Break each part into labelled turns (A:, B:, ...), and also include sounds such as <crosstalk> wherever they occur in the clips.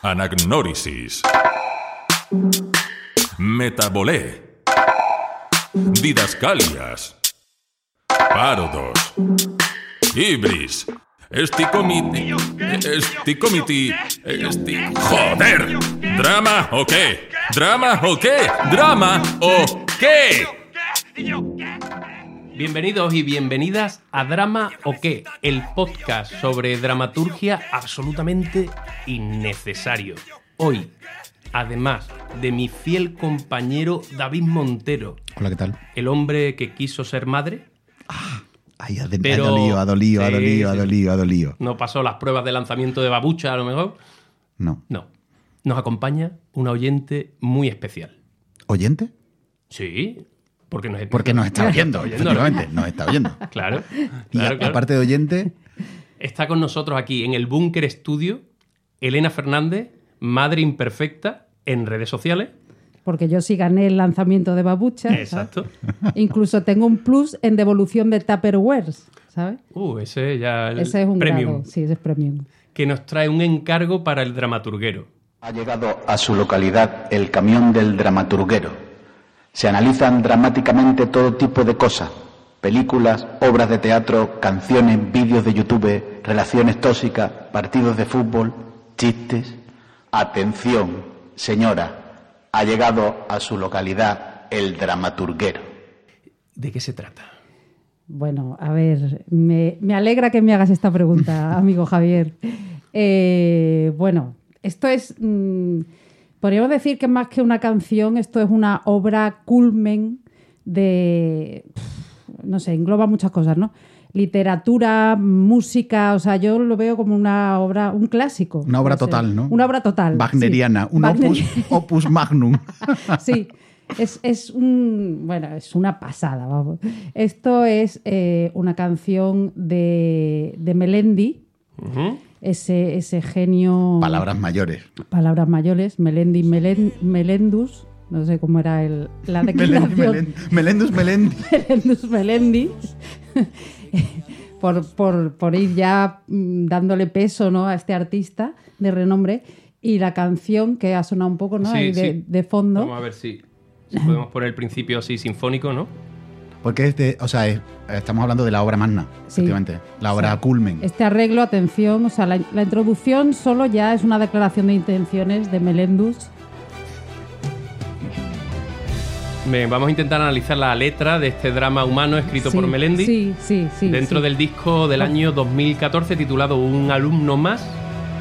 A: Anagnórisis. Metabolé. Didascalias. Parodos. Ibris. Esticomiti. Esticomiti. Esti. ¡Joder! ¿Drama o qué? ¿Drama o qué? ¿Drama o qué?
B: Bienvenidos y bienvenidas a Drama o qué, el podcast sobre dramaturgia absolutamente innecesario. Hoy, además de mi fiel compañero David Montero,
C: Hola, ¿qué tal?
B: el hombre que quiso ser madre,
C: Ay, ha, de-
B: Pero-
C: ha dolido, ha dolido, ha
B: Sí,
C: dolido, ha
B: sí.
C: dolido, ha dolido.
B: no pasó las pruebas de lanzamiento de babucha a lo mejor,
C: No.
B: no. Nos acompaña una oyente muy especial.
C: ¿Oyente?
B: Sí, porque nos
C: Porque nos está
B: <laughs>
C: oyendo,
B: oyendo,
C: efectivamente, nos está oyendo.
B: Claro.
C: Y a-
B: claro, claro.
C: aparte de oyente,
B: Está con nosotros aquí en el Búnker Estudio Elena Fernández, madre imperfecta en redes sociales.
D: Porque yo sí gané el lanzamiento de babucha. ¿sabes?
B: Exacto.
D: <laughs> Incluso tengo un plus en devolución de Tupperware, ¿sabes?
B: Uh, ese ya el
D: Ese es un
B: premium.
D: grado. Sí, ese es premium.
B: Que nos trae un encargo para el dramaturguero.
E: Ha llegado a su localidad el camión del dramaturguero. Se analizan dramáticamente todo tipo de cosas. Películas, obras de teatro, canciones, vídeos de YouTube, relaciones tóxicas, partidos de fútbol, chistes. Atención, señora, ha llegado a su localidad el dramaturguero.
B: ¿De qué se trata?
D: Bueno, a ver, me, me alegra que me hagas
C: <laughs>
D: esta pregunta, amigo Javier. Eh, bueno, esto es, mm, podríamos decir que más que una canción, esto es una obra culmen de, pf, no sé, engloba muchas cosas, ¿no? Literatura, música, o sea, yo lo veo como una obra, un clásico.
C: una obra
D: no sé,
C: total, ¿no?
D: Una obra total. sí.
C: Wagneriana, un
D: Wagner-
C: opus, opus magnum. <laughs>
D: <laughs> Sí, es, es un bueno, es una pasada, vamos. Esto es eh, una canción de, de Melendi,
B: Ujú.
D: ese, ese genio.
C: Palabras mayores.
D: Palabras mayores, Melendi Melen- Melendus. No sé cómo era el, la
C: Melendi,
D: declaración.
C: Melen- Melendus Melendi.
D: Melendus Melendi. <laughs> por, por- por ir ya mm, dándole peso ¿no? a este artista de renombre. Y la canción que ha sonado un poco ¿no?
B: Sí,
D: Ahí de,
B: sí.
D: de fondo.
B: Vamos a ver si, si podemos poner el principio así sinfónico, ¿no?
C: Porque es de- o sea, es- estamos hablando de la obra magna,
D: Sí.
C: efectivamente. La obra
D: O sea,
C: culmen.
D: Este arreglo, atención, o sea, la, la introducción solo ya es una declaración de intenciones de Melendus.
B: Bien, vamos a intentar analizar la letra de este drama humano escrito
D: Sí,
B: por Melendi
D: Sí, sí, sí.
B: dentro
D: sí. Ah.
B: del disco del año 2014 titulado Un alumno más.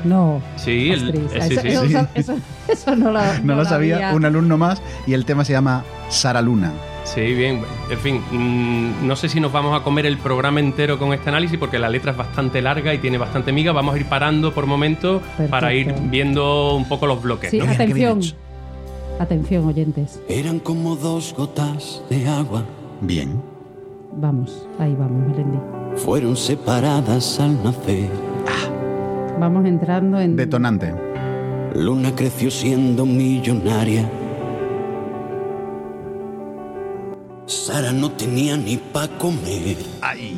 D: No.
B: Sí, el-
D: Ostras,
B: eh, sí,
D: eso,
B: sí.
D: eso- eso- eso- eso no lo,
C: <laughs> no lo sabía, un alumno más, y el tema se llama Sara Luna.
B: Sí, bien. En fin, mm, no sé si nos vamos a comer el programa entero con este análisis porque la letra es bastante larga y tiene bastante miga. Vamos a ir parando por momentos para ir
D: Perfecto.
B: viendo un poco los bloques.
D: Sí,
B: ¿no?
C: Mira, qué bien
D: atención.
C: hecho.
D: Atención, oyentes.
F: Eran como dos gotas de agua,
C: Bien.
D: Vamos, ahí vamos, Melendi.
F: fueron separadas al nacer.
D: Vamos entrando en.
C: Detonante.
F: Luna creció siendo millonaria. Sara no tenía ni pa' comer.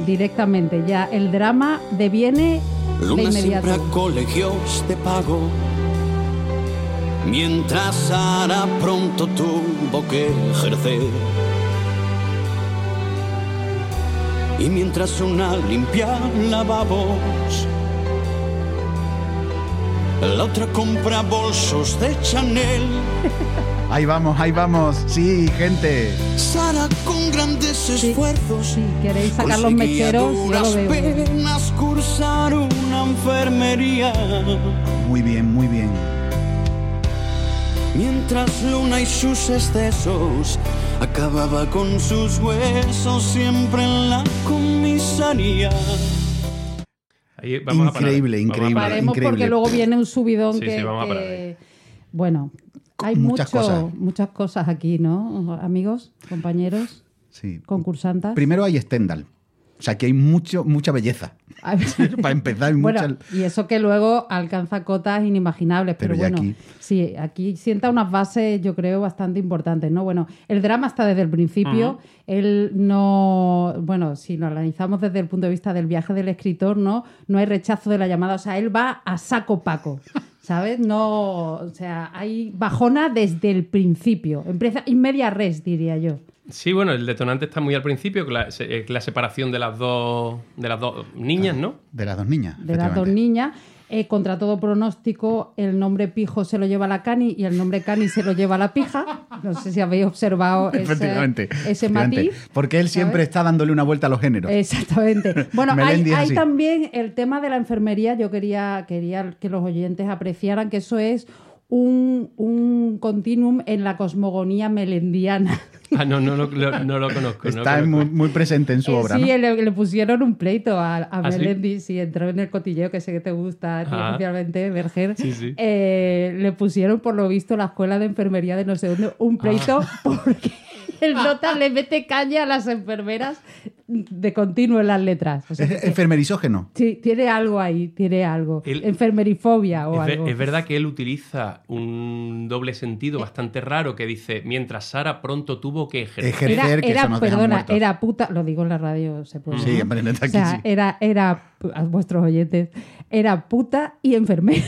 D: Directamente, ya el drama deviene de
F: Luna siempre
D: inmediato.
F: a colegios de pago. Mientras Sara pronto tuvo que ejercer. Y mientras una limpia lavabos, la otra compra bolsos de Chanel.
C: Ahí vamos, ahí vamos. Sí, gente.
F: Sara con grandes
D: Sí,
F: esfuerzos.
D: sí, queréis sacar los
F: conseguía
D: mecheros, yo
F: duras
D: lo veo.
F: penas cursar una enfermería.
C: Muy bien, muy bien.
F: Mientras Luna y sus excesos acababa con sus huesos siempre en la comisaría.
B: Ahí vamos a parar.
C: Increíble,
B: Vamos a
C: increíble.
B: parar.
D: Paremos
C: increíble.
D: porque luego viene un subidón
B: Sí,
D: que,
B: sí, vamos a
D: que-
B: parar ahí.
D: Bueno, hay
C: Muchas
D: muchas
C: cosas.
D: cosas. muchas cosas aquí, ¿no? Amigos, compañeros,
C: Sí.
D: concursantas.
C: Primero hay Stendhal. O sea, que hay mucho, mucha belleza. <laughs>
D: A <laughs> ver.
C: Para empezar, hay
D: Bueno,
C: mucha...
D: y eso que luego alcanza cotas inimaginables, pero,
C: Pero ya
D: bueno,
C: aquí-
D: sí, aquí sienta unas bases, yo creo, bastante importantes, ¿no? Bueno, el drama está desde el principio, él no, bueno, si lo analizamos desde el punto de vista del viaje del escritor, ¿no? No hay rechazo de la llamada, o sea, él va a saco
C: <laughs>
D: paco. ¿Sabes? No, o sea, hay bajona desde el principio. Empieza y media res, diría yo.
B: Sí, bueno, el detonante está muy al principio, que la, se- eh, la separación de las dos de las dos niñas, ¿no?
C: De las dos niñas.
D: de las dos
C: efectivamente. <laughs>
D: niñas. Eh, contra todo pronóstico, el nombre pijo se lo lleva la cani y el nombre cani se lo lleva la pija. No sé si habéis observado ese,
C: Efectivamente.
D: ese
C: efectivamente.
D: matiz.
C: Porque él siempre
D: ¿sabes?
C: está dándole una vuelta a los géneros. <laughs>
D: Exactamente. Bueno, hay,
C: Melendi es
D: hay
C: así.
D: también el tema de la enfermería. Yo quería, quería que los oyentes apreciaran que eso es un, un continuum en la cosmogonía melendiana.
B: Ah, no, no, lo- lo- no lo conozco. no lo
C: está
B: conozco.
C: muy, muy presente en su
D: Eh,
C: obra.
D: sí,
C: ¿no?
D: le, le pusieron un pleito a, a
B: ¿Ah, sí?
D: Melendi, sí? entró en el cotilleo que sé que te gusta, a ti
B: Ah.
D: especialmente, Berger.
B: Sí, sí.
D: Eh, le pusieron, por lo visto, la escuela de enfermería de no sé dónde, un pleito <laughs> porque el nota le mete caña a las enfermeras de continuo en las letras. O sea,
C: Es
D: que-
C: enfermerizógeno.
D: sí, tiene algo ahí, tiene algo.
B: El-
D: Enfermerifobia o
B: Es, ve-
D: algo.
B: es verdad que él utiliza un doble sentido bastante raro que dice, mientras Sara pronto tuvo que ejercer.
C: Ejer- Ejercer, que eso nos deja
D: perdona,
C: muertos.
D: era puta, lo digo en la radio, se puede.
C: Sí,
D: ¿no?
C: hombre, neta,
D: O
C: aquí
D: sea,
C: sí.
D: era, era, a vuestros oyentes, era puta y enfermera.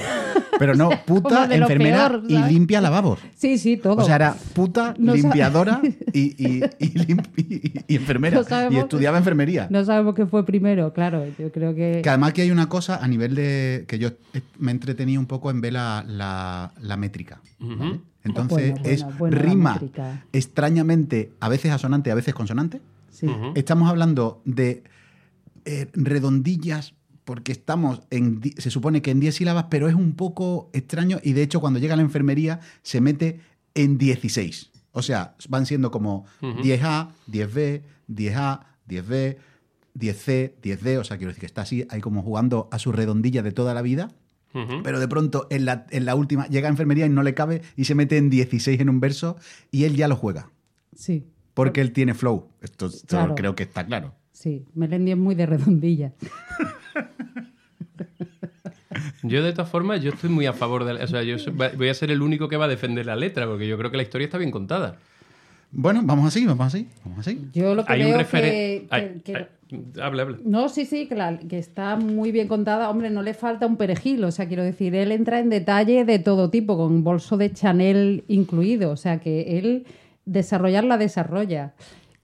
C: Pero no,
D: <laughs> como
C: puta,
D: de lo
C: enfermera
D: peor,
C: y
D: ¿sabes?
C: limpia lavabos.
D: Sí, sí, todo.
C: O sea, era puta,
D: No sab- <laughs>
C: limpiadora y, y- y lim- y- y enfermera.
D: No sabemos-
C: y estudiaba enfermería.
D: No sabemos qué fue primero, claro, yo creo que...
C: Que además que hay una cosa a nivel de... que yo eh, me entretenía un poco en ver la, la- la métrica. ¿vale? Entonces
D: Bueno, bueno,
C: es
D: bueno, la
C: rima
D: métrica.
C: extrañamente, a veces asonante, a veces consonante.
D: sí.
B: Ujú.
C: Estamos hablando de eh, redondillas porque estamos en di- se supone que en 10 sílabas, pero es un poco extraño y de hecho cuando llega a la enfermería se mete en 16. O sea, van siendo como 10A, 10B, 10A, 10B, 10C, 10D, o sea, quiero decir que está así, ahí como jugando a su redondilla de toda la vida.
B: Ujú.
C: Pero de pronto en la, en la última llega a enfermería y no le cabe y se mete en 16 en un verso y él ya lo juega.
D: sí,
C: Porque él tiene flow. Esto, esto
D: Claro.
C: creo que está claro.
D: sí, Melendi es muy de redondilla.
B: Yo, de todas formas, yo estoy muy a favor de la... O sea, yo soy- va- voy a ser el único que va a defender la letra, porque yo creo que la historia está bien contada.
C: Bueno, vamos así, vamos así, vamos así.
D: Yo lo que
B: Hay un
D: veo
B: referente...
D: que- que- que-
B: Habla, habla.
D: No, sí, sí, claro, que está muy bien contada. Hombre, no le falta un perejil, o sea, quiero decir, él entra en detalle de todo tipo, con bolso de Chanel incluido, o sea, que él desarrollarla desarrolla.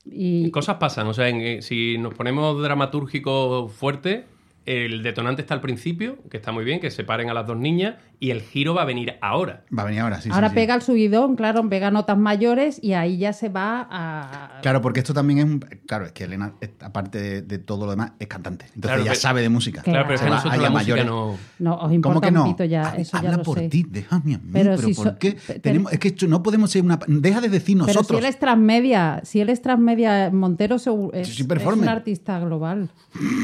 D: Y
B: Cosas pasan, o sea, en- eh, si nos ponemos dramatúrgico fuerte, el detonante está al principio, que está muy bien, que separen a las dos niñas, y el giro va a venir ahora.
C: Va a venir ahora, sí. sí,
D: ahora
C: sí.
D: pega el subidón, claro, pega notas mayores y ahí ya se va a...
C: Claro, porque esto también es un. Claro, es que Elena, es- aparte de, de todo lo demás, es cantante. Entonces
B: Claro,
C: ya
B: pero-
C: sabe de música.
D: Claro,
B: Claro, pero es que
D: Se va-
B: nosotros
C: Hay
B: la
C: a
B: música
C: mayores.
B: no...
D: No, os
C: ¿Cómo
D: importa
C: que
D: un
C: no?
D: pito ya,
C: Hab-
D: eso ya
C: Habla
D: lo
C: por
D: sé.
C: ti, déjame a mí. Pero,
D: Pero si
C: ¿por
D: so-
C: qué?
D: te-
C: Tenemos, es que esto no podemos ser una. Deja de decir
D: Pero
C: nosotros.
D: si él es transmedia, si él es transmedia, Montero seguro- es,
C: Sí,
D: es
C: performer.
D: un artista global. <laughs>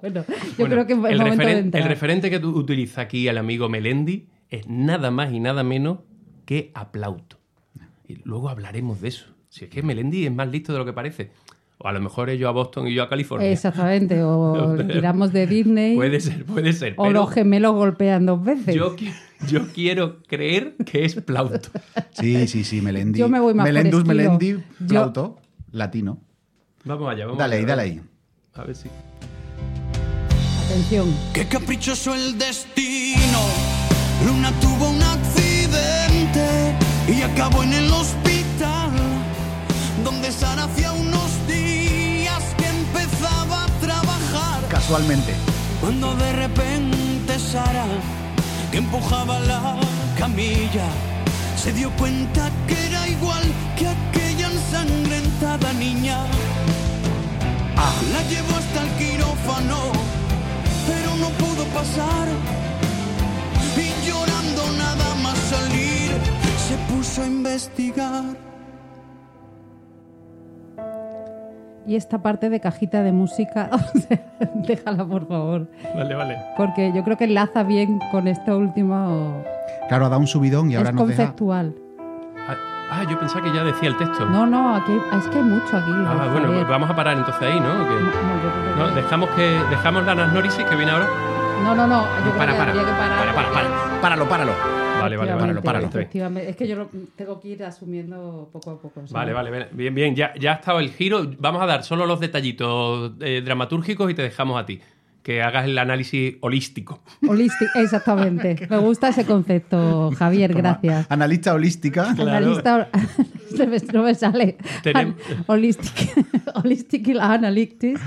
D: bueno, yo
B: Bueno,
D: creo que es
B: el,
D: momento de
B: referen-
D: entrar.
B: el referente que tú- utiliza aquí el amigo Melendi es nada más y nada menos que aplauto. Y luego hablaremos de eso. Si es que Melendi es más listo de lo que parece. O a lo mejor es yo a Boston y yo a California.
D: Exactamente,
B: <laughs>
D: o tiramos de Disney,
B: Puede ser, puede ser.
D: o
B: pero-
D: los gemelos golpean dos veces.
B: Yo, qui- yo quiero creer que es Plauto.
C: Sí, sí, sí, Melendi.
D: <laughs> Yo me voy más por
C: Melendus
D: estilo.
C: Melendi,
D: Yo-
C: flauto, latino.
B: Vamos allá, vamos
C: Dale ahí,
B: allá.
C: dale ahí.
B: A ver si.
D: Atención.
F: Qué caprichoso el destino. Luna tuvo un accidente y acabó en el hospital, donde Sara hacía unos días que empezaba a trabajar.
C: Casualmente.
F: Cuando de repente Sara, que empujaba la camilla, se dio cuenta que era igual que aquella ensangrentada niña. La llevó hasta el quirófano, pero no pudo pasar. Y llorando nada más salir, se puso a investigar.
D: y esta parte de cajita de música, <laughs> o sea, déjala por favor,
B: Vale, vale.
D: porque yo creo que enlaza bien con esta última.
C: Claro, ha dado un subidón y ahora
D: Es
C: nos deja.
D: conceptual.
B: Ah, ah, yo pensaba que ya decía el texto.
D: No, no, aquí es que hay mucho aquí. eh,
B: ah, bueno,
D: Javier.
B: pues vamos a parar entonces ahí, ¿no?
D: No,
B: Que-
D: no, yo creo que-
B: no, dejamos que dejamos la nasnorisis que viene ahora.
D: No, no, no. Yo creo
B: Para,
D: que
B: para.
D: habría que parar.
B: Para, para, para.
C: Páralo, páralo.
B: Vale, vale, vale.
C: páralo,
D: Efectivamente,
C: páralo.
D: efectivamente. Es que yo lo tengo que ir asumiendo poco a poco. ¿sabes?
B: Vale, vale, vale. bien, bien, ya, ya ha estado el giro. Vamos a dar solo los detallitos eh, dramatúrgicos y te dejamos a ti, que hagas el análisis
D: <laughs>
B: holístico.
D: Holístico,
B: <laughs>
D: exactamente. Me gusta ese concepto, Javier,
C: Toma,
D: gracias.
C: Analista
D: <laughs>
C: holística.
B: Claro.
D: Analista, se me- no me sale.
B: Tenem-
D: Holistic, <laughs> holistic analytics.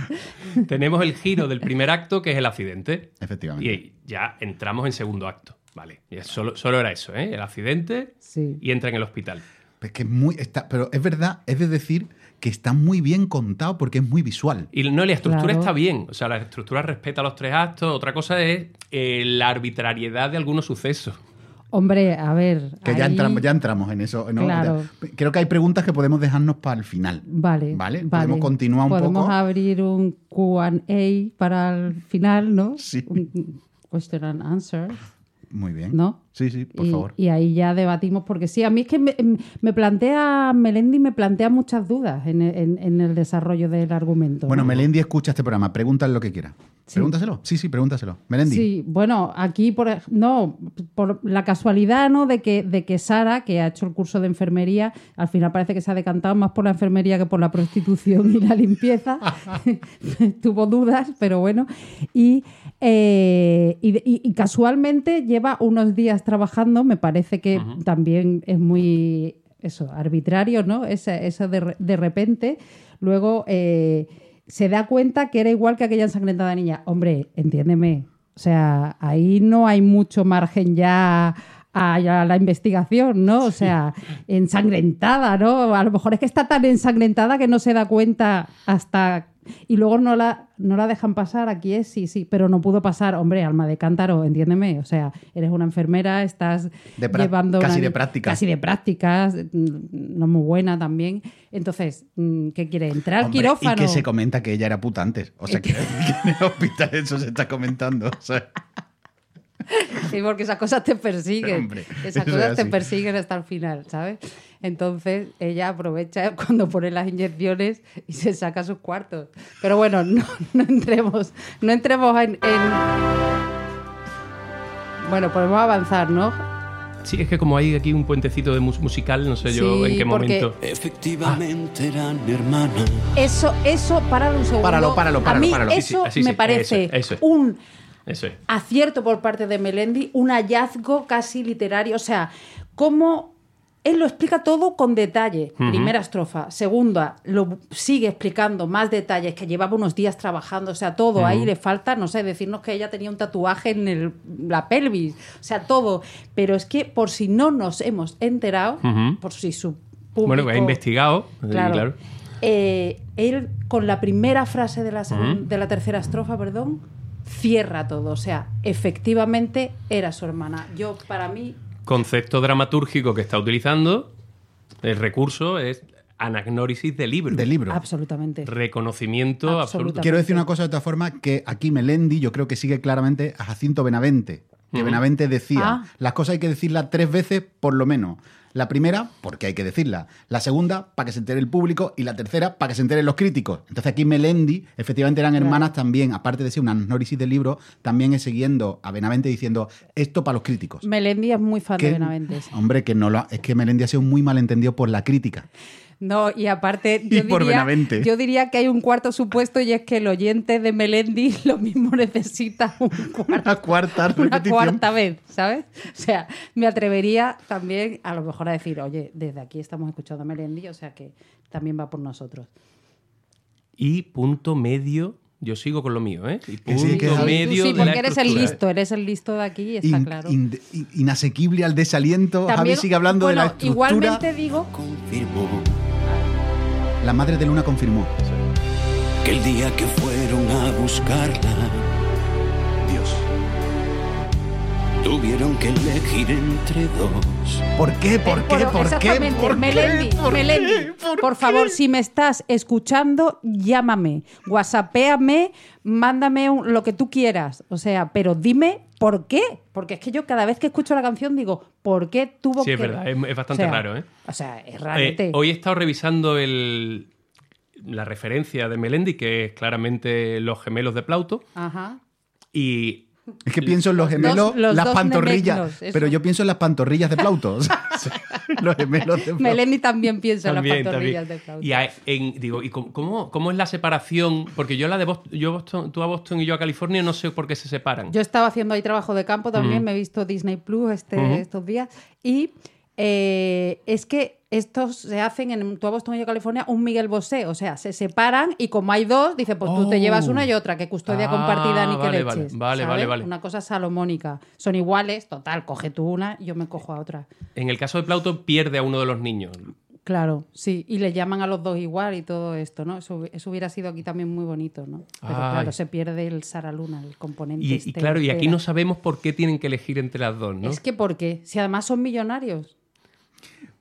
B: Tenemos el giro del primer acto, que es el accidente, y
C: Efectivamente.
B: ahí ya entramos en segundo acto. Vale, Y es solo, solo era eso, ¿eh? El accidente
D: Sí.
B: y entra en el hospital.
C: Es que es muy. Está, pero es verdad, es de decir que está muy bien contado porque es muy visual.
B: Y no, la estructura
D: Claro.
B: está bien. O sea, la estructura respeta los tres actos. Otra cosa es eh, la arbitrariedad de algunos sucesos.
D: Hombre, a ver.
C: Que ya
D: ahí-
C: entramos, ya entramos en eso. ¿no?
D: Claro.
C: Creo que hay preguntas que podemos dejarnos para el final.
D: Vale,
C: Vale, podemos continuar un
D: Podemos
C: poco.
D: abrir un QA para el final, ¿no?
C: Sí.
D: Un question and answer.
C: Muy bien.
D: ¿No?
C: Sí, sí, por
D: y,
C: favor.
D: y ahí ya debatimos, porque sí, a mí es que me, em, me plantea, Melendi me plantea muchas dudas en, en- en el desarrollo del argumento.
C: Bueno,
D: ¿no?
C: Melendi escucha este programa, pregúntale lo que quiera.
D: Sí.
C: Pregúntaselo. Sí, sí, pregúntaselo. Melendi.
D: Sí, bueno, aquí por ej- no, por la casualidad, ¿no? De que, de que Sara, que ha hecho el curso de enfermería, al final parece que se ha decantado más por la enfermería que por la prostitución y la limpieza. <laughs> Tuvo dudas, pero bueno. Y, eh, y, de- y- y casualmente lleva unos días trabajando, me parece que también es muy eso, arbitrario, ¿no? Esa- Eso, de, re- de repente. Luego eh, se da cuenta que era igual que aquella ensangrentada niña. Hombre, entiéndeme. O sea, ahí no hay mucho margen ya a, a la investigación, ¿no? O sea, ensangrentada, ¿no? A lo mejor es que está tan ensangrentada que no se da cuenta hasta... Y luego no la, no la dejan pasar, aquí es, sí, sí, pero no pudo pasar, hombre, alma de cántaro, entiéndeme. O sea, eres una enfermera, estás
C: De prá-
D: llevando...
C: casi
D: una-
C: de práctica.
D: Casi de prácticas, mm, no muy buena también. Entonces, mm, ¿qué quiere? ¿Entrar al
C: Hombre,
D: quirófano?
C: Y que se comenta que ella era puta antes. O sea, que, que en el hospital eso se está comentando. o
D: <laughs>
C: sea,
D: Sí, porque esas cosas te persiguen.
C: Hombre,
D: esas
C: eso
D: cosas
C: es
D: te
C: así.
D: persiguen hasta el final, ¿sabes? Entonces ella aprovecha <laughs> cuando pone las inyecciones y se saca sus cuartos. Pero bueno, no, <laughs> no entremos, no entremos en, en- Bueno, podemos avanzar, ¿no?
B: Sí, es que como hay aquí un puentecito de mus- musical, no sé yo
D: Sí,
B: en qué
D: porque-
B: momento.
F: Efectivamente eran hermanas.
D: Eso, eso, páralo un segundo.
C: Páralo, páralo,
D: A mí
C: páralo, páralo. Sí,
D: eso
B: sí, sí,
D: me
B: sí,
D: parece
B: eso, eso es.
D: un
B: Eso es.
D: acierto por parte de Melendi, un hallazgo casi literario. O sea, cómo él lo explica todo con detalle. Primera estrofa. Segunda, lo sigue explicando más detalles, que llevaba unos días trabajando. O sea, todo. Ahí le falta, no sé, decirnos que ella tenía un tatuaje en el- la pelvis. O sea, todo. Pero es que por si no nos hemos enterado,
B: Ujú.
D: por si su
B: Bueno, que ha
D: público-
B: investigado. eh,
D: Claro.
B: Claro.
D: Eh, él, con la primera frase de la, segun- de la tercera estrofa, perdón, cierra todo. O sea, efectivamente era su hermana. Yo, para mí,
B: Concepto dramatúrgico que está utilizando, el recurso es anagnórisis de libro.
C: Del libro.
D: absolutamente.
B: Reconocimiento absoluto.
D: Absolutamente.
C: Quiero decir una cosa de otra forma, que aquí Melendi yo creo que sigue claramente a Jacinto Benavente. Que Benavente decía,
D: Ah.
C: las cosas hay que decirlas tres veces por lo menos. La primera, porque hay que decirla. La segunda, para que se entere el público. Y la tercera, para que se enteren los críticos. Entonces aquí Melendi, efectivamente eran hermanas también, aparte de ser una análisis del libro, también es siguiendo a Benavente diciendo esto para los críticos.
D: Melendi es muy fan
C: Que-
D: de Benavente.
C: Hombre, que no lo ha- es que Melendi ha sido muy malentendido por la crítica.
D: No, y aparte, yo,
C: <laughs> Y por
D: diría,
C: Benavente.
D: yo diría que hay un cuarto supuesto y es que el oyente de Melendi <laughs> lo mismo necesita un cuarto.
C: <laughs> Una cuarta
D: Una
C: repetición.
D: cuarta vez, ¿sabes? O sea, me atrevería también a lo mejor a decir, oye, desde aquí estamos escuchando a Melendi, o sea que también va por nosotros.
B: Y punto medio. Yo sigo con lo mío, ¿eh? Y
C: Que
B: punto
C: sí, que sí.
B: medio
D: sí,
B: de
D: porque
B: la
D: eres el
B: estructura. Eh,
D: listo, eres el listo de aquí, está
C: In-
D: claro.
C: in- in- inasequible al desaliento. Javi sigue hablando de la
D: bueno,
C: estructura.
D: Igualmente digo,
F: Confirmó
C: La madre de Luna confirmó.
F: que el día que fueron a buscarla, Dios, Tuvieron que elegir entre dos.
C: ¿Por qué? ¿Por qué?
D: eh, Bueno,
C: ¿Por qué?
D: exactamente.
C: ¿Por
D: Melendi,
C: qué? ¿Por
D: Melendi,
C: qué? ¿Por
D: por,
C: qué?
D: favor, si me estás escuchando, llámame, whatsappéame, mándame un- lo que tú quieras. O sea, pero dime por qué. Porque es que yo cada vez que escucho la canción digo, ¿por qué tuvo
B: Sí,
D: que...?
B: es verdad, es- es bastante
D: O sea,
B: raro, ¿eh?
D: O sea, es
B: Eh,
D: rarete.
B: hoy he estado revisando el- la referencia de Melendi, que es claramente los gemelos de Plauto,
D: Ajá.
B: y
C: Es que pienso en los
D: dos-
C: gemelos,
D: los
C: las
D: dos
C: pantorrillas.
D: nemecnos, eso.
C: Pero yo pienso en las pantorrillas de
D: <laughs>
C: Plautos. los gemelos de Plauto.
D: Melendi también piensa en
B: también,
D: las pantorrillas
B: también.
D: de Claudio.
B: Y a- en- digo, ¿y cómo- cómo, cómo es la separación? Porque yo la de Boston, yo a Boston, tú a Boston y yo a California no sé por qué se separan.
D: Yo estaba haciendo ahí trabajo de campo
B: Mm.
D: también, me he visto Disney Plus este, estos días. Y eh, es que estos se hacen en tu Boston y yo California un Miguel Bosé. O sea, se separan y como hay dos, dice, pues tú
B: Oh.
D: te llevas una y otra, que custodia
B: Ah,
D: compartida ni que
B: vale, vale,
D: leches.
B: vale,
D: ¿sabes?
B: vale, vale.
D: Una cosa salomónica. Son iguales, total, coge tú una, yo me cojo a otra.
B: En el caso de Plauto pierde a uno de los niños.
D: Claro, sí, y le llaman a los dos igual y todo esto, ¿no? Eso, hubi- eso hubiera sido aquí también muy bonito, ¿no? Pero
B: Ay.
D: claro, se pierde el Sara Luna, el componente.
B: Y, y
D: este
B: claro, y aquí
D: espera.
B: no sabemos por qué tienen que elegir entre las dos, ¿no?
D: Es que ¿por qué? Si además son millonarios.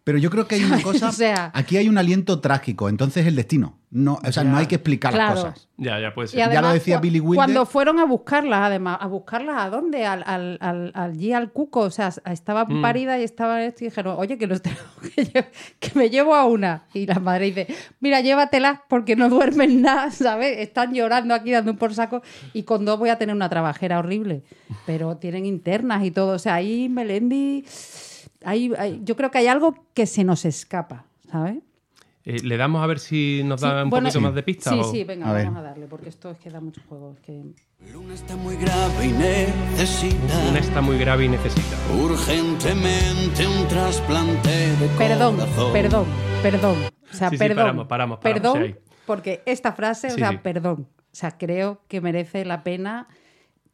C: Pero yo creo que hay
D: <laughs>
C: una cosa.
D: O sea-
C: aquí hay un aliento trágico, entonces el destino. No, o sea, no hay que explicar
D: Claro.
C: las cosas.
B: Ya, ya puede
D: Y
B: ser.
C: además- lo decía
D: cua-
C: Billy Wilder.
D: Cuando fueron a buscarlas, además, a buscarlas a dónde, al, al, al, allí al cuco, o sea, estaba parida y estaba esto y dijeron, oye, que, nos tenemos <laughs> que, lle- que me llevo a una. Y la madre dice, mira, llévatelas porque no duermen <laughs> nada, ¿sabes? Están llorando aquí dando un por saco y con dos voy a tener una trabajera horrible. Pero tienen internas y todo, o sea, ahí Melendi, ahí, ahí- yo creo que hay algo que se nos escapa, ¿sabes?
B: Eh, Le damos a ver si nos da
D: Sí,
B: un
D: bueno,
B: poquito más de pista.
D: Sí,
B: o-
D: sí, venga,
C: A ver.
D: vamos a darle, porque esto es que da mucho juego. es que-
F: Luna está muy grave y necesita
B: Una está muy grave y necesita.
F: urgentemente un trasplante de
D: Perdón,
F: corazón.
D: perdón, perdón. O sea,
B: Sí, sí,
D: perdón.
B: paramos, paramos, paramos,
D: perdón,
B: sí, ahí.
D: porque esta frase, o
B: Sí,
D: sea,
B: sí.
D: perdón. O sea, creo que merece la pena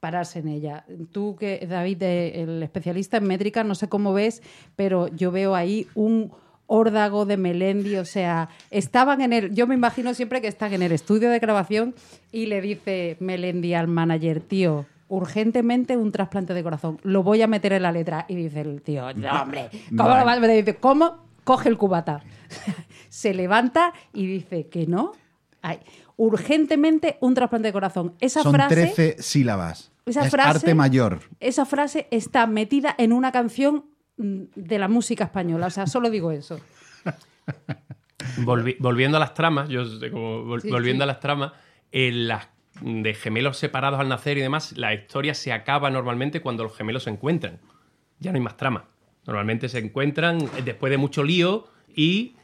D: pararse en ella. Tú, que David, eh, el especialista en métrica, no sé cómo ves, pero yo veo ahí un órdago de Melendi, o sea, estaban en el, yo me imagino siempre que están en el estudio de grabación y le dice Melendi al manager, tío, urgentemente un trasplante de corazón, lo voy a meter en la letra y dice el tío, no, hombre, ¿cómo lo vas a meter? Y dice, ¿cómo? Coge el cubata. <laughs> Se levanta y dice que no. Ay, urgentemente un trasplante de corazón. Esa
C: Son
D: frase
C: 13 sílabas.
D: esa
C: es
D: frase-
C: arte mayor.
D: esa frase está metida en una canción mm, de la música española. O sea, solo digo eso.
B: Volvi- volviendo a las tramas, yo sé como vol-
D: Sí,
B: volviendo
D: sí.
B: a las tramas, en las de gemelos separados al nacer y demás, la historia se acaba normalmente cuando los gemelos se encuentran. Ya no hay más trama. Normalmente se encuentran eh, después de mucho lío y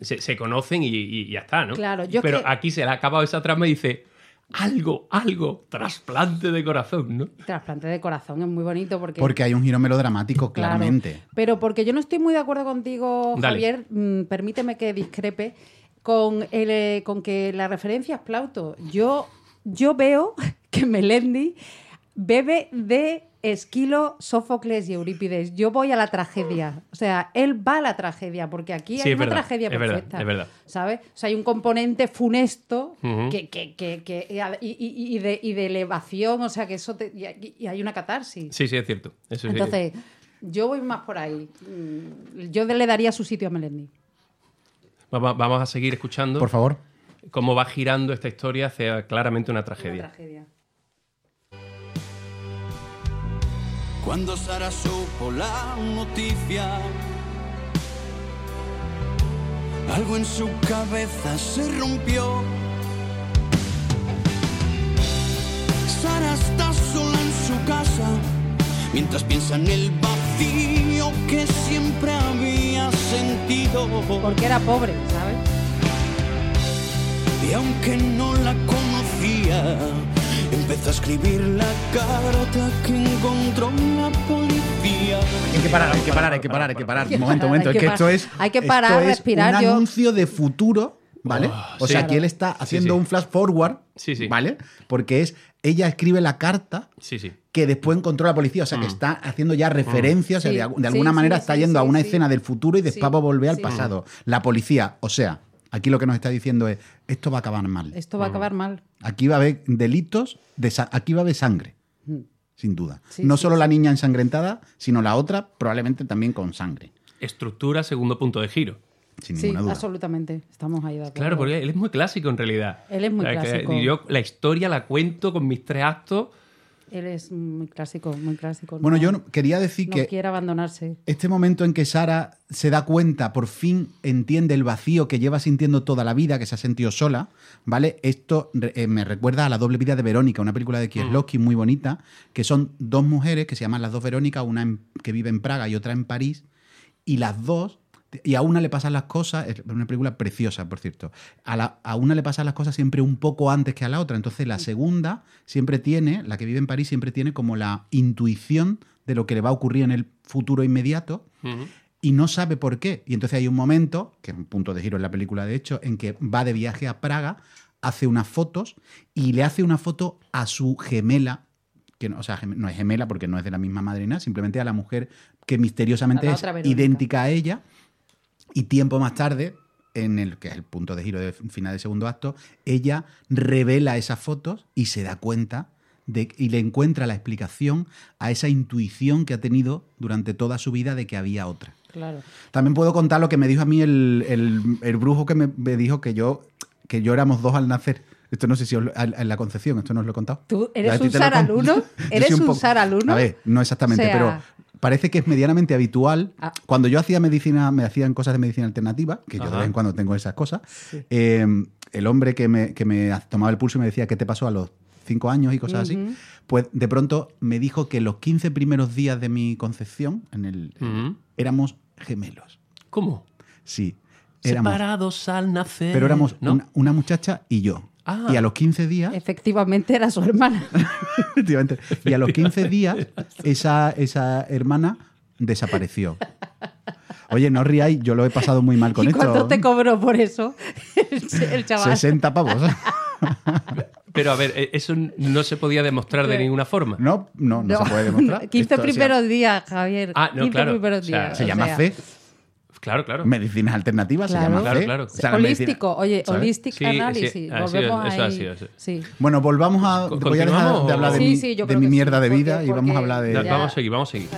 B: se, se conocen y, y ya está, ¿no?
D: Claro, yo es
B: Pero
D: que-
B: aquí se le ha acabado esa trama y dice algo, algo, trasplante de corazón, ¿no?
D: Trasplante de corazón es muy bonito porque...
C: Porque hay un giro melodramático,
D: Claro.
C: claramente.
D: Pero porque yo no estoy muy de acuerdo contigo,
B: Dale.
D: Javier, mm, permíteme que discrepe, con, el, eh, con que la referencia es Plauto. Yo, yo veo <laughs> que Melendi bebe de Esquilo, Sófocles y Eurípides. Yo voy a la tragedia. O sea, él va a la tragedia, porque aquí
B: Sí,
D: hay
B: es
D: una
B: verdad,
D: tragedia
B: es verdad,
D: perfecta.
B: es verdad.
D: ¿Sabes? O sea, hay un componente funesto
B: Ujú.
D: que, que- que- que- y, y- y de, y de elevación, o sea, que eso te- y- y hay una catarsis.
B: Sí, sí, es cierto. Eso sí.
D: Entonces, yo voy más por ahí. Mm, Yo le daría su sitio a Melendi.
B: Vamos, vamos a seguir escuchando
C: Por favor.
B: cómo va girando esta historia hacia claramente una tragedia.
D: Una tragedia.
F: Cuando Sara supo la noticia, algo en su cabeza se rompió. Sara está sola en su casa, mientras piensa en el vacío que siempre había sentido.
D: Porque era pobre, ¿sabes?
F: Y aunque no la conocía, empezó a escribir la carta que encontró la policía.
C: Hay que parar, hay que parar, hay que parar, hay que parar. Un momento, un momento.
D: Hay
C: Es
D: que
C: que esto
D: parar.
C: es.
D: Hay que parar,
C: esto es
D: respirar,
C: Un
D: yo-
C: anuncio de futuro, ¿vale? o sea,
B: Oh, sí.
C: aquí él está haciendo
B: sí.
C: un flash forward,
B: Sí, sí.
C: ¿vale? Porque es. Ella escribe la carta
B: Sí, sí.
C: que después encontró la policía. O sea,
B: Mm.
C: que está haciendo ya referencias.
D: Sí,
C: de, algu- de
D: sí,
C: alguna
D: sí,
C: manera
D: sí,
C: está yendo a
D: sí,
C: una
D: sí.
C: escena del futuro y después va a volver al
D: sí.
C: pasado. La policía, o sea, aquí lo que nos está diciendo es: esto va a acabar mal.
D: Esto va a acabar mal.
C: Aquí va a haber delitos, de sa- aquí va a haber sangre. sin duda.
D: Mm. Sí,
C: no
D: sí,
C: solo la niña ensangrentada, sino la otra probablemente también con sangre,
B: Estructura, segundo punto de giro.
C: sin
D: Sí,
C: ninguna duda.
D: absolutamente. Estamos ahí de acuerdo.
B: Claro, porque él es muy clásico en realidad.
D: Él es muy
B: O sea, que
D: clásico.
B: Yo la historia la cuento con mis tres actos.
D: Él es muy clásico, muy clásico.
C: Bueno,
D: no-
C: yo no- quería decir
D: no
C: que
D: quiere abandonarse.
C: este momento en que Sara se da cuenta, por fin entiende el vacío que lleva sintiendo toda la vida, que se ha sentido sola, ¿vale? Esto re- eh, me recuerda a La doble vida de Verónica, una película de Kieslowski muy bonita, que son dos mujeres que se llaman las dos Verónicas, una en- que vive en Praga y otra en París, y las dos, y a una le pasan las cosas, es una película preciosa, por cierto, a, la- a una le pasan las cosas siempre un poco antes que a la otra, entonces la segunda siempre tiene, la que vive en París siempre tiene como la intuición de lo que le va a ocurrir en el futuro inmediato y no sabe por qué. Y entonces hay un momento, que es un punto de giro en la película de hecho, en que va de viaje a Praga, hace unas fotos y le hace una foto a su gemela, que no, o sea, gem- no es gemela porque no es de la misma madrina, simplemente a la mujer que misteriosamente
D: A la
C: es
D: otra Verónica.
C: idéntica a ella. Y tiempo más tarde, en el que es el punto de giro del final del segundo acto, ella revela esas fotos y se da cuenta de, y le encuentra la explicación a esa intuición que ha tenido durante toda su vida de que había otra.
D: Claro.
C: También puedo contar lo que me dijo a mí el, el- el brujo que me, me dijo que yo, que yo éramos dos al nacer. Esto no sé si os lo- al- en la concepción, esto no os lo he contado.
D: Tú
C: A
D: eres
C: ti
D: un
C: te lo he contado.
D: saraluno,
C: <laughs> Yo
D: eres
C: soy
D: un
C: poco-
D: saraluno.
C: A ver, no exactamente,
D: O sea-
C: pero parece que es medianamente habitual.
D: Ah.
C: Cuando yo hacía medicina, me hacían cosas de medicina alternativa, que yo de
B: Ajá.
C: vez en cuando tengo esas cosas.
D: Sí.
C: eh, el hombre que me, que me tomaba el pulso y me decía qué te pasó a los cinco años y cosas
D: Ujú.
C: así, pues de pronto me dijo que los 15 primeros días de mi concepción en el,
B: Ujú.
C: éramos gemelos.
B: ¿Cómo?
C: Sí. Éramos,
B: Separados al nacer.
C: pero éramos
B: ¿no?
C: una, una muchacha y yo.
B: Ah.
C: Y a los 15 días,
D: Efectivamente era su hermana.
C: <laughs> efectivamente, y a los 15 días, esa, esa hermana desapareció. Oye, no os riáis, yo lo he pasado muy mal <laughs> con
D: ¿Y
C: esto.
D: cuánto te cobró por eso <laughs> el, ch- el chaval?
C: 60
D: <laughs>
C: pavos.
B: Pero a ver, eh, eso no se podía demostrar de
D: Claro.
B: ninguna forma.
C: No, no, no,
D: No,
C: se puede demostrar.
D: no, 15
C: Esto, o sea,
D: primeros días, Javier.
B: Ah, no,
D: 15
B: claro.
D: primeros
B: O sea,
D: días.
C: Se
D: o
C: llama
D: sea,
C: C,
B: Claro, claro.
C: medicinas alternativas,
D: Claro.
C: se llama
B: Claro,
C: C.
B: claro.
C: la medicina-
D: Holístico, oye,
C: ¿sabes?
D: holístico
B: Sí, sí,
D: análisis.
B: ha
D: Volvemos
B: sido- eso ha
D: ahí.
B: sido, sí.
D: Sí.
C: Bueno, volvamos a.
B: Co-
C: Voy a dejar
B: ¿continuamos
C: de hablar de
B: o-
C: mi,
D: Sí, sí, yo
C: de
D: creo
C: mi
D: que sí,
C: mierda de vida
D: porque-
C: y vamos a
D: porque-
C: hablar de.
B: No,
D: ya.
B: Vamos a seguir, vamos a seguir.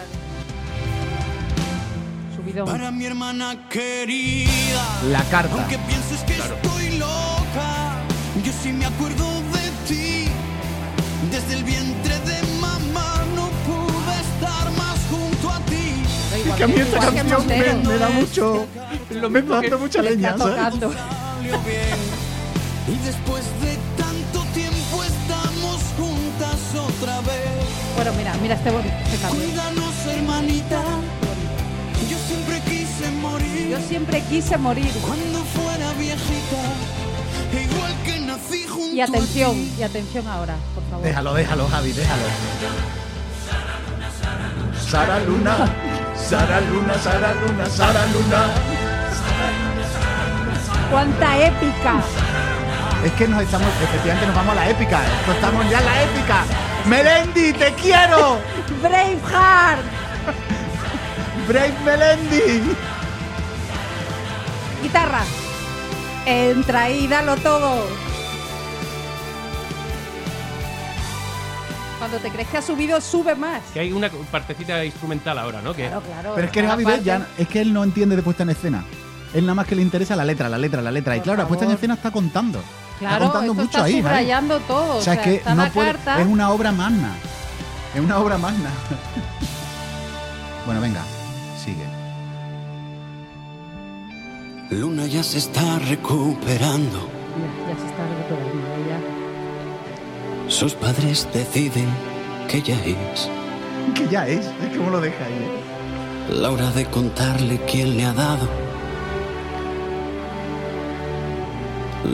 D: Subidón.
F: Para mi hermana querida.
C: La carta.
F: Aunque pienses que estoy loca, yo sí me acuerdo de ti. Desde el vientre de mamá no pude estar más junto a ti.
D: Da igual
C: que a mí
D: que-
C: esta
D: igual que
C: canción me,
D: Montero.
C: me da mucho. ¿eh? me está dando mucha
D: Le
C: leña.
D: está
C: ¿sabes?
D: tocando.
F: Salió bien. Y después de tanto tiempo estamos juntas otra vez.
D: Bueno, mira, mira este bonito. Este cambio.
F: Cuídanos, hermanita. Yo siempre quise morir.
D: Yo siempre quise morir.
F: Cuando fuera viejita, igual que nací junto
D: Y
F: a
D: atención,
F: ti.
D: y atención ahora, por favor.
C: Déjalo, déjalo, Javi, déjalo. Sara Luna, Sara Luna, Sara Luna, Sara Luna.
D: ¡Cuánta épica!
C: Es que nos estamos, efectivamente nos vamos a la épica. Esto estamos ya en la épica. Melendi, te quiero.
D: ¡Braveheart!
C: Brave Melendi.
D: Guitarra. Entra y dalo todo. Cuando te crees que ha subido, sube más.
B: Que hay una partecita instrumental ahora, ¿no? Que
D: Claro, claro.
C: Pero es que Javi
D: Aparte-
C: ya, es que él no entiende de puesta en escena. Él nada más que le interesa la letra, la letra, la letra. Y
D: Por
C: claro, la puesta en
D: favor.
C: escena está contando. está
D: Claro,
C: contando
D: esto
C: mucho
D: está
C: ahí, Javi.
D: subrayando todo.
C: O sea, es que
D: está
C: no
D: la
C: puede-
D: carta.
C: Es una obra magna. Es una obra magna. bueno, venga, sigue.
F: Luna ya se está recuperando.
D: Ya, ya se está recuperando, ya.
F: Sus padres deciden que ya es
C: Que ya es, es como lo deja ahí. ¿eh?
F: la hora de contarle quién le ha dado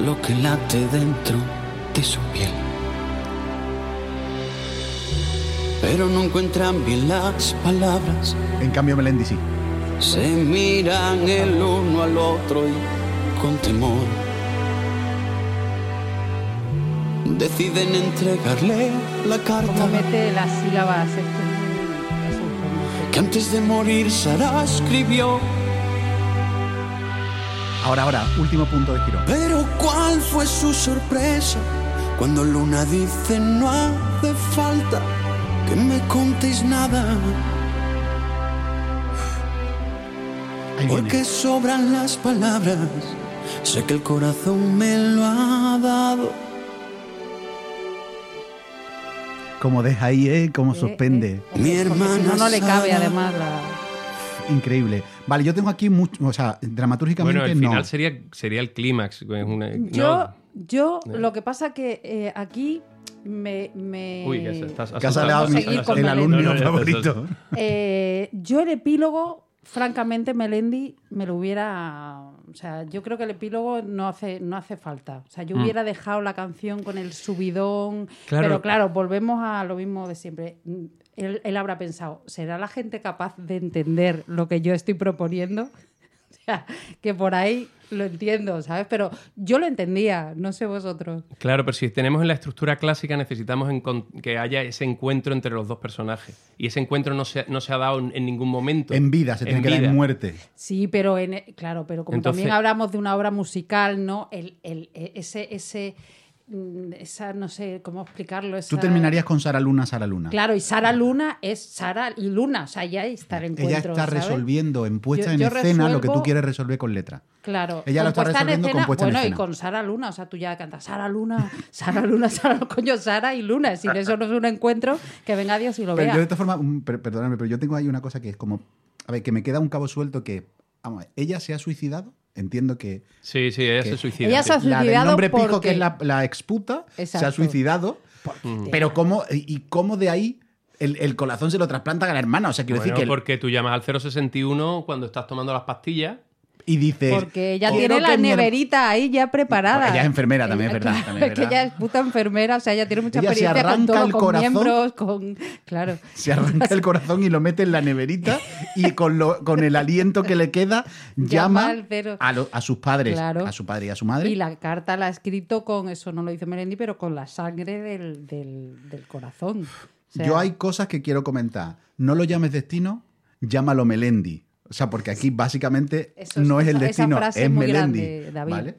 F: lo que late dentro de su piel. Pero no encuentran bien las palabras.
C: En cambio, Melendi sí.
F: Se miran el uno al otro y con temor deciden entregarle la carta
D: Como mete las sílabas. este es que es un-
F: que antes de morir Sara escribió.
C: Ahora, ahora, último punto de giro.
F: Pero cuál fue su sorpresa cuando Luna dice no hace falta que me contéis nada,
C: Ahí viene.
F: porque sobran las palabras. Sé que el corazón me lo ha dado.
C: Como deja ahí, ¿eh? Como
D: Eh,
C: suspende.
D: eh,
F: Mi
D: porque si
F: hermana
D: no, no le cabe
F: Sara.
D: además la...
C: Increíble. Vale, yo tengo aquí mucho. O sea, dramatúrgicamente
B: Bueno, el final
C: no.
B: sería, sería el clímax. es una- no.
D: Yo, yo lo que pasa que eh, aquí me... me-
B: Uy, que se- estás
C: Que ha salido
D: Vamos a
C: mi-
D: seguir con
C: el
D: Valencia.
C: alumno
D: No, no,
C: favorito.
D: Eh, yo el epílogo, francamente, Melendi me lo hubiera. O sea, yo creo que el epílogo no hace, no hace falta. O sea, yo
B: Mm.
D: hubiera dejado la canción con el subidón.
B: Claro.
D: Pero claro, volvemos a lo mismo de siempre. Mm, Él, él habrá pensado, ¿será la gente capaz de entender lo que yo estoy proponiendo? <laughs> O sea, que por ahí lo entiendo, ¿sabes? Pero yo lo entendía, no sé vosotros.
B: Claro, pero si tenemos en la estructura clásica necesitamos encon- que haya ese encuentro entre los dos personajes. Y ese encuentro no se, no se ha dado en, en ningún momento.
C: En vida, se
B: En
C: tiene que dar
B: vida.
C: en muerte.
D: Sí, pero en, eh, claro, pero como
B: Entonces-
D: también hablamos de una obra musical, ¿no? El, el- e- ese, ese, mm, esa, no sé cómo explicarlo.
C: Tú
D: esa-
C: terminarías con Sara Luna, Sara Luna.
D: Claro, y Sara Luna es Sara y Luna, o sea, ya está el encuentro.
C: Ella está
D: ¿sabes?
C: resolviendo en puesta
D: Yo-
C: en
D: yo
C: escena lo que tú
D: resuelvo-
C: quieres resolver con letra.
D: Claro.
C: Ella lo está
D: puesta en
C: resolviendo con
D: escena,
C: puesta en
D: Bueno,
C: escena.
D: y con Sara Luna, o sea, tú ya cantas Sara Luna, Sara Luna, <laughs> Sara, coño, Sara y Luna. Si eso no es un encuentro, que venga Dios y lo
C: Pero
D: vea.
C: yo de esta forma, mm, per- perdóname, pero yo tengo ahí una cosa que es como, a ver, que me queda un cabo suelto que, vamos, a ver, ella se ha suicidado, entiendo que
B: Sí, sí, ella se
C: ¿Qué?
B: suicida.
D: Ella
B: sí.
D: se ha
C: la del
D: suicidado
C: nombre pijo
D: porque-
C: que es la, la exputa se ha
D: Exacto.
C: suicidado,
D: Porque-
C: pero cómo y cómo de ahí el, el corazón se lo trasplanta a la hermana, o sea, quiero
B: Bueno,
C: decir que
B: porque tú llamas al 061 cuando estás tomando las pastillas.
C: y dice
D: Porque ella
C: "Quiero
D: tiene la
C: que mi her-
D: neverita ahí ya preparada.
C: Ella es enfermera también, es verdad,
D: Claro,
C: también es
D: que
C: verdad.
D: ella es puta enfermera, o sea, ella tiene mucha
C: Ella se
D: experiencia con
C: arranca
D: todo,
C: el
D: con
C: corazón.
D: miembros, con... Claro.
C: Se arranca el corazón y lo mete en la
D: <laughs>
C: neverita y con, lo, con el aliento que le queda
D: Llama
C: llama
D: al cero.
C: a, lo- a sus padres,
D: Claro.
C: a su padre y a su madre.
D: Y la carta la ha escrito con, eso no lo dice Melendi, pero con la sangre del, del- del corazón. O sea,
C: Yo hay cosas que quiero comentar. No lo llames destino, llámalo Melendi. O sea, porque aquí básicamente
D: eso
C: no es el
D: esa-
C: destino,
D: esa frase
C: es
D: muy
C: Melendi.
D: grande, David.
C: ¿vale?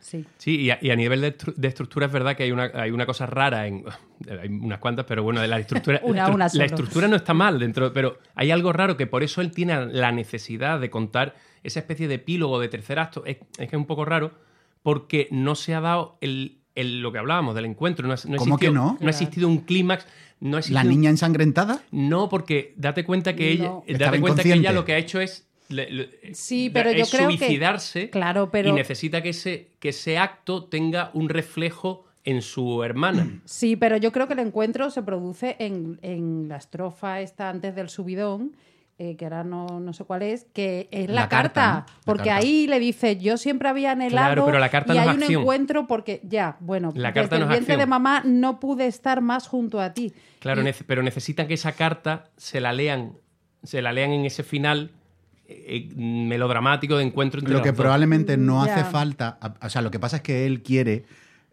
D: Sí.
B: Sí, y a, y a nivel de, estru- de estructura es verdad que hay una, hay una cosa rara, en, <laughs> hay unas cuantas, pero bueno, de la
D: <laughs>
B: estructura, la,
D: Una,
B: estru-
D: una
B: la
D: solo.
B: estructura no está mal dentro, pero hay algo raro que por eso él tiene la necesidad de contar esa especie de epílogo de tercer acto, es, es que es un poco raro, porque no se ha dado el, el- lo que hablábamos del encuentro, no ha, no ha
C: ¿Cómo
B: existido,
C: que no?
B: ha existido un clímax, no ha
C: La
B: existido
C: niña ensangrentada.
B: No, porque date cuenta que ella,
D: No.
C: Estaba
B: date cuenta que
C: inconsciente.
B: ella lo que ha hecho es le- le-
D: Sí,
B: da-
D: pero yo
B: es
D: creo que-
B: suicidarse
D: Claro, pero...
B: y necesita que ese, que ese acto tenga un reflejo en su
C: Mm.
B: hermana.
D: Sí, pero yo creo que el encuentro se produce en, en la estrofa esta antes del subidón, eh, que ahora no, no sé cuál es, que es la,
C: La carta, ¿no?
D: carta,
C: La
D: porque
C: carta.
D: ahí le dice, yo siempre había anhelado
B: Claro, pero la carta
D: y
B: no es
D: hay un
B: acción.
D: encuentro porque ya, bueno,
B: La
D: desde
B: carta no
D: el
B: es
D: vientre
B: acción.
D: de mamá no pude estar más junto a ti.
B: Claro, nece- pero necesitan que esa carta se la lean, se la lean en ese final eh, eh, melodramático de encuentro entre
C: Lo que
B: las dos.
C: probablemente no
D: Ya.
C: hace falta. a- O sea, lo que pasa es que él quiere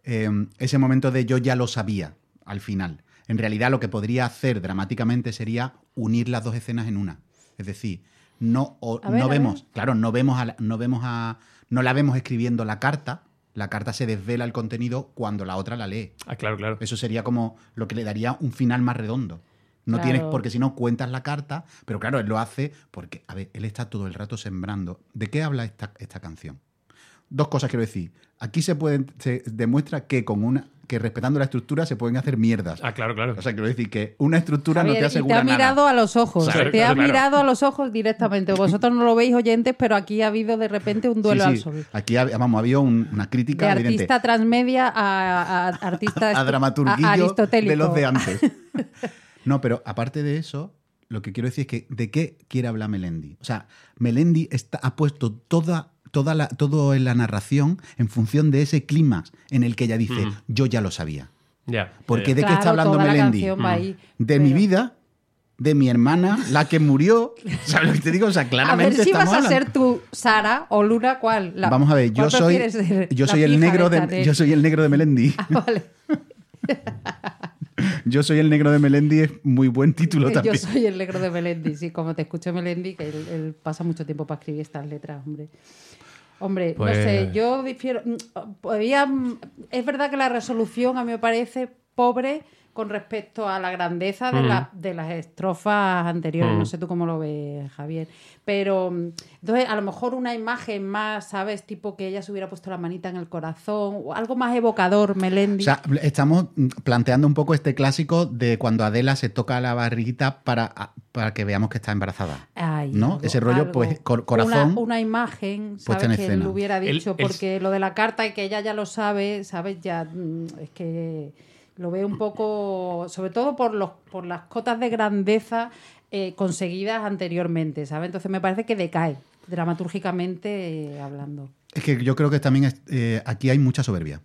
C: eh, ese momento de yo ya lo sabía al final. En realidad, lo que podría hacer dramáticamente sería unir las dos escenas en una. Es decir, no, o-
D: A ver,
C: no
D: a
C: vemos, claro, no vemos, a, la- no vemos a. No la vemos escribiendo la carta. La carta se desvela el contenido cuando la otra la lee.
B: Ah, claro, claro.
C: Eso sería como lo que le daría un final más redondo. No
D: Claro.
C: tienes, porque si no cuentas la carta, pero claro, él lo hace porque, a ver, él está todo el rato sembrando. ¿De qué habla esta, esta canción? Dos cosas quiero decir. Aquí se pueden, se demuestra que con una, que respetando la estructura se pueden hacer mierdas.
B: Ah, claro, claro.
C: O sea, quiero decir que una estructura no
D: Javier,
C: te
D: y te
C: asegura
D: ha mirado
C: nada.
D: a los ojos,
B: Claro,
D: te ha
B: claro.
D: mirado a los ojos directamente. Vosotros no lo veis oyentes, pero aquí ha habido de repente un duelo
C: Sí,
D: al
C: sí.
D: sol.
C: Aquí ha- vamos, había un- una
D: De
C: crítica evidente
D: artista transmedia a, a artista
C: <laughs> a
D: a- a
C: dramaturguillo
D: aristotélico.
C: de los de
D: <laughs>
C: antes. No, pero aparte de eso, lo que quiero decir es que ¿de qué quiere hablar Melendi? O sea, Melendi está, ha puesto toda, toda la, todo en la narración en función de ese clímax en el que ella dice,
B: Mm.
C: yo ya lo sabía.
B: Ya,
C: Porque
B: ya,
C: de qué está
D: Claro,
C: hablando
D: toda la
C: Melendi. Mm.
D: canción va ahí,
C: De
D: pero-
C: mi vida, de mi hermana, la que murió. <laughs> ¿Sabes lo que te digo? O sea,
D: A ver
C: claramente
D: si vas
C: estamos
D: a
C: hablando-
D: ser tú, Sara o Luna, ¿cuál? La-
C: Vamos a ver, yo
D: ¿cuál
C: soy,
D: prefieres ser?
C: yo
D: La
C: soy el
D: fija
C: negro
D: esta
C: de, yo soy el negro de Melendi.
D: Ah, <laughs> vale.
C: Yo soy el negro de Melendi es muy buen título
D: <laughs> Yo
C: también.
D: soy el negro de Melendi, sí, como te escucho Melendi, que él, él pasa mucho tiempo para escribir estas letras, hombre. Hombre,
B: Pues-
D: no sé, yo difiero. mm, Podía, mm, es verdad que la resolución a mí me parece pobre, con respecto a la grandeza de,
B: Mm.
D: la- de las estrofas anteriores.
B: Mm.
D: No sé tú cómo lo ves, Javier. Pero mm, entonces, a lo mejor una imagen más, ¿sabes? Tipo que ella se hubiera puesto la manita en el corazón, o algo más evocador, Melendi.
C: O sea, estamos mm, planteando un poco este clásico de cuando Adela se toca la barriguita para, a- para que veamos que está embarazada.
D: Ay,
C: ¿no?
D: algo,
C: Ese rollo,
D: algo.
C: pues, cor- corazón
D: Una, una imagen,
C: puesta en
D: ¿sabes? Que él
C: escena.
D: lo hubiera
B: El-
D: dicho,
B: el-
D: porque lo de la carta y que ella ya lo sabe, ¿sabes? Ya mm, es que lo veo un poco, sobre todo por, los, por las cotas de grandeza eh, conseguidas anteriormente, ¿sabes? Entonces me parece que decae, dramatúrgicamente eh, hablando.
C: Es que yo creo que también es- eh, aquí hay mucha soberbia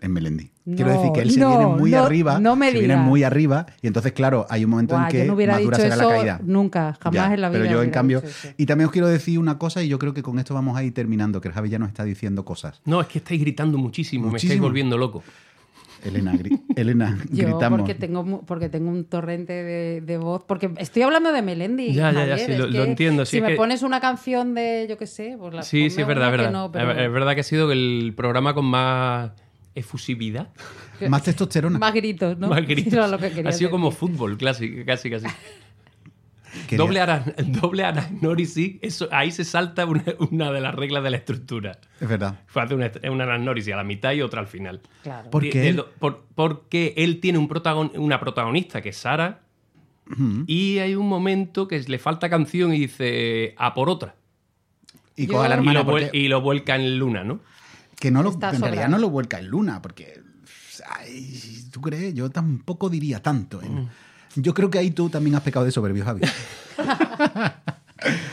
C: en Melendi. Quiero
D: No,
C: decir que él se
D: no,
C: viene muy
D: no,
C: arriba,
D: no me
C: se viene
D: digas.
C: muy arriba y entonces claro, hay un momento
D: Guau,
C: en que
D: yo no hubiera
C: más
D: dicho
C: dura será
D: eso
C: la caída.
D: nunca, jamás
C: Ya,
D: en la vida.
C: Pero yo en
D: hubiera
C: cambio,
D: dicho eso.
C: y también os quiero decir una cosa y yo creo que con esto vamos a ir terminando, que el Javi ya nos está diciendo cosas.
B: No, es que estáis gritando muchísimo, me estáis
C: Muchísimo.
B: volviendo loco.
C: Elena, gri-
D: <laughs>
C: Elena
D: Yo
C: gritamos.
D: porque tengo mu- porque tengo un torrente de, de voz, porque estoy hablando de Melendi.
B: Ya, ya, ya,
D: Javier,
B: sí,
D: es
B: lo-
D: que
B: lo entiendo, sí,
D: si
B: es
D: me
B: que-
D: pones una canción de, yo qué sé, pues la
B: Sí, sí,
D: ponme
B: es verdad,
D: una que
B: verdad.
D: no, pero-
B: Es- Es verdad que ha sido el programa con más efusividad,
C: Más testosterona.
D: <laughs> Más gritos, ¿no?
B: <laughs> más
D: Sí, era
B: gritos.
D: lo que quería
B: ha sido
D: decir.
B: como fútbol, casi, casi, casi.
C: Quería-
B: Doble aran, <laughs> doble aran, nori, sí, eso, ahí se salta una, una de las reglas de la estructura.
C: Es verdad.
B: Fue hacer una, est- una aran nori, sí, a la mitad y otra al final.
D: Claro.
C: Por-
B: De-
C: qué
B: de
C: él?
B: lo- por- porque él tiene un protagon- una protagonista que es Sara y hay un momento que le falta canción y dice a por otra.
C: Y
D: Yo-
C: coja la
D: Y
B: Y
C: hermana
B: lo, vuel-
C: porque-
B: y lo vuelca en Luna, ¿no?
C: que no lo,
D: Está
C: que en realidad
D: sobrado.
C: no lo vuelca en Luna, porque ay, tú crees, yo tampoco diría tanto. ¿eh?
D: Mm.
C: Yo creo que ahí tú también has pecado de soberbio,
D: <laughs>
C: Javi.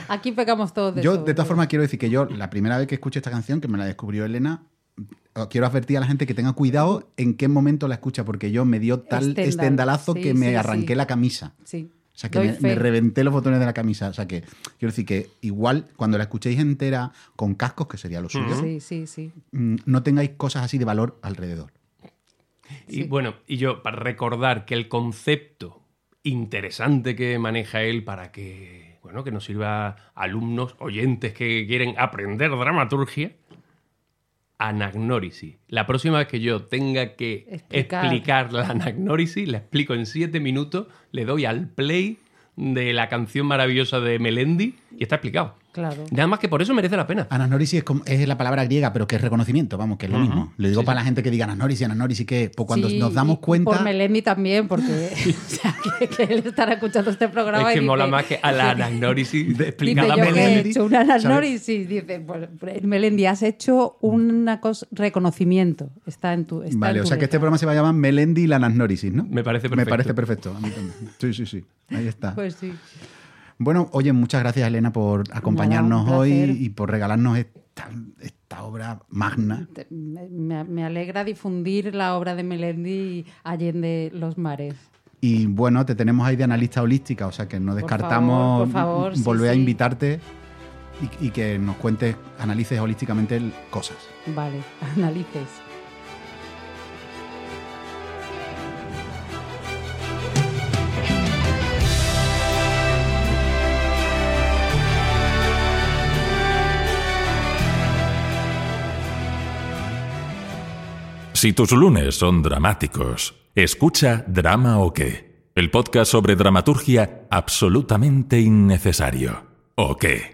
D: Aquí pecamos todos de
C: Yo,
D: eso. eh,
C: de todas formas, quiero decir que yo, la primera vez que escuché esta canción, que me la descubrió Elena, os quiero advertir a la gente que tenga cuidado en qué momento la escucha, porque yo me dio tal
D: Estendal,
C: estendalazo
D: sí,
C: que me
D: sí,
C: arranqué
D: sí.
C: la camisa.
D: Sí.
C: O sea, que
D: Doy
C: me,
D: fe.
C: me reventé los botones de la camisa. O sea, que quiero decir que igual cuando la escuchéis entera con cascos, que sería lo suyo,
D: Sí, sí, sí.
C: mm, no tengáis cosas así de valor alrededor.
B: Y
D: Sí.
B: bueno, y yo para recordar que el concepto interesante que maneja él para que, bueno, que nos sirva a alumnos, oyentes que quieren aprender dramaturgia, anagnórisis. La próxima vez que yo tenga que
D: Explicar.
B: explicar, la anagnórisis, la explico en siete minutos, le doy al play de la canción maravillosa de Melendi y está explicado.
D: Claro.
B: Nada más que por eso merece la pena.
C: Anasnorisis es, como- es la palabra griega, pero que es reconocimiento, vamos, que es lo mismo. Lo digo para la gente que diga anasnorisis, anasnorisis, que pues cuando
D: Sí,
C: nos damos
D: y
C: cuenta...
D: Por Melendi
C: <laughs>
D: también, porque. <laughs> o sea, que, que él estará escuchando este programa.
B: es que
D: y dice-
B: mola más
D: <laughs>
B: que a la anagnórisis de
D: Dice,
B: explicada
D: yo
B: a
D: que he
B: Melendi.
D: hecho una
C: ¿sabes?
D: análisis. Dice, pues, Melendi, has hecho una cosa, reconocimiento. Está en tu. está
C: Vale,
D: en
C: o
D: tu
C: sea que este
D: letra.
C: programa se va a llamar Melendi y la anasnorisis, ¿no?
B: Me parece
C: Me
B: perfecto.
C: parece perfecto. a mí también. Sí, sí, sí. Ahí está.
D: Pues sí.
C: Bueno, oye, muchas gracias Elena por acompañarnos
D: Nada, un
C: hoy
D: placer.
C: y por regalarnos esta, esta obra magna.
D: Te- Me, me- me alegra difundir la obra de Melendi allende los mares.
C: Y bueno, te tenemos ahí de analista holística, o sea que no
D: Por
C: descartamos
D: favor, por favor, sí,
C: volver a
D: sí.
C: invitarte y, y que nos cuentes, analices holísticamente el- cosas.
D: Vale, <laughs> analices.
A: Si tus lunes son dramáticos, escucha Drama o qué, el podcast sobre dramaturgia absolutamente innecesario. ¿O qué?